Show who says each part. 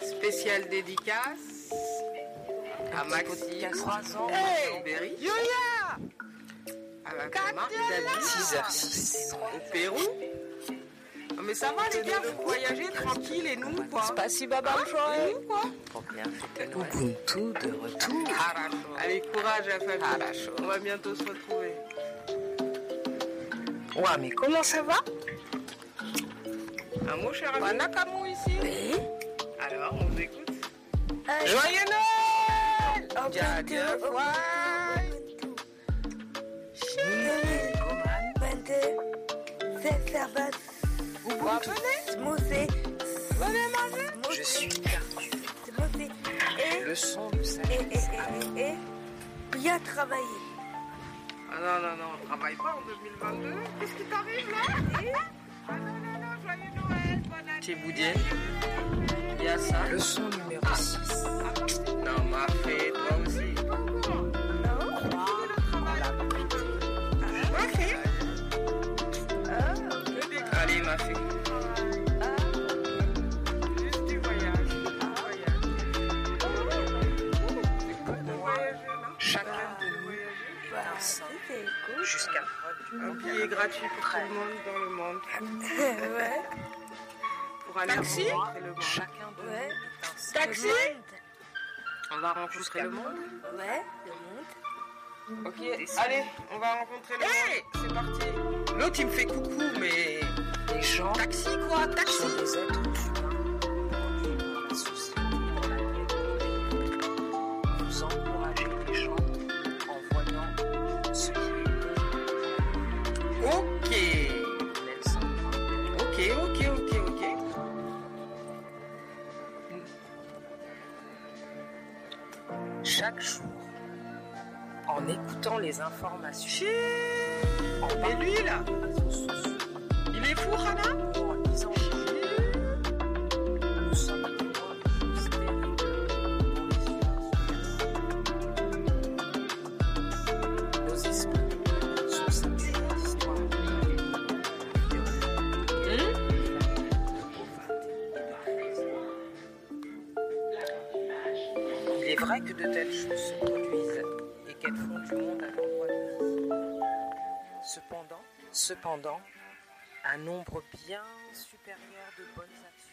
Speaker 1: spéciale dédicace à Maxime, à Berry,
Speaker 2: Yulia
Speaker 1: à Marc David, au Pérou. Non, Mais ça va les gars, vous voyagez tranquille et nous quoi.
Speaker 2: Спасибо
Speaker 3: hein.
Speaker 2: большое.
Speaker 1: Et nous quoi
Speaker 3: Ubuntu de retour.
Speaker 1: Allez, courage à famille. On va bientôt se retrouver.
Speaker 3: Ouais, mais comment ça va
Speaker 1: Un mot, cher ami
Speaker 2: On a Camus ici.
Speaker 3: Oui.
Speaker 1: Alors, on vous écoute.
Speaker 2: Joyeux Noël
Speaker 1: Tiens, tiens, voilà.
Speaker 3: Je suis perdu. Le son de sa
Speaker 4: Bien travaillé.
Speaker 1: Ah non, non, non, on travaille pas en 2022. Qu'est-ce qui t'arrive là Ah non, non, non, joyeux Noël, bonne année.
Speaker 2: T'es boudé. Il y a ça.
Speaker 3: Leçon numéro 6.
Speaker 1: Non, ma fée, toi aussi. Ah, Allez, ma fée. Ah, Juste du voyage.
Speaker 3: Chacun de nous passe jusqu'à
Speaker 1: Un billet gratuit pour tout le monde dans le monde. Pour aller
Speaker 2: Taxi
Speaker 1: rencontrer le monde.
Speaker 3: chacun de nous.
Speaker 2: Taxi
Speaker 1: On va rencontrer le monde.
Speaker 4: Ouais, le monde.
Speaker 1: Ok, allez, on va rencontrer le monde. C'est parti. L'autre, il me fait coucou, mais.
Speaker 3: Les gens
Speaker 1: Taxi quoi Taxi
Speaker 3: sont des êtres humains. Et dans la société dans laquelle nous vivons, vous encouragez les gens en voyant ce qu'ils peuvent
Speaker 1: Ok.
Speaker 3: Nelson Mandela.
Speaker 1: Ok, ok, ok, ok.
Speaker 3: chaque jour en écoutant les informations, en
Speaker 1: Mais
Speaker 3: parlant
Speaker 1: lui, là,
Speaker 3: des réseaux sociaux,
Speaker 1: il est fou, Hana
Speaker 3: ou en lisant les journaux, nous sommes témoins de choses terribles dans les universités. Nos esprits sont saturés d'histoires Il est vrai que de telles choses se produisent et qu'elles font du monde un endroit de vie. Cependant, cependant, un nombre bien supérieur de bonnes actions.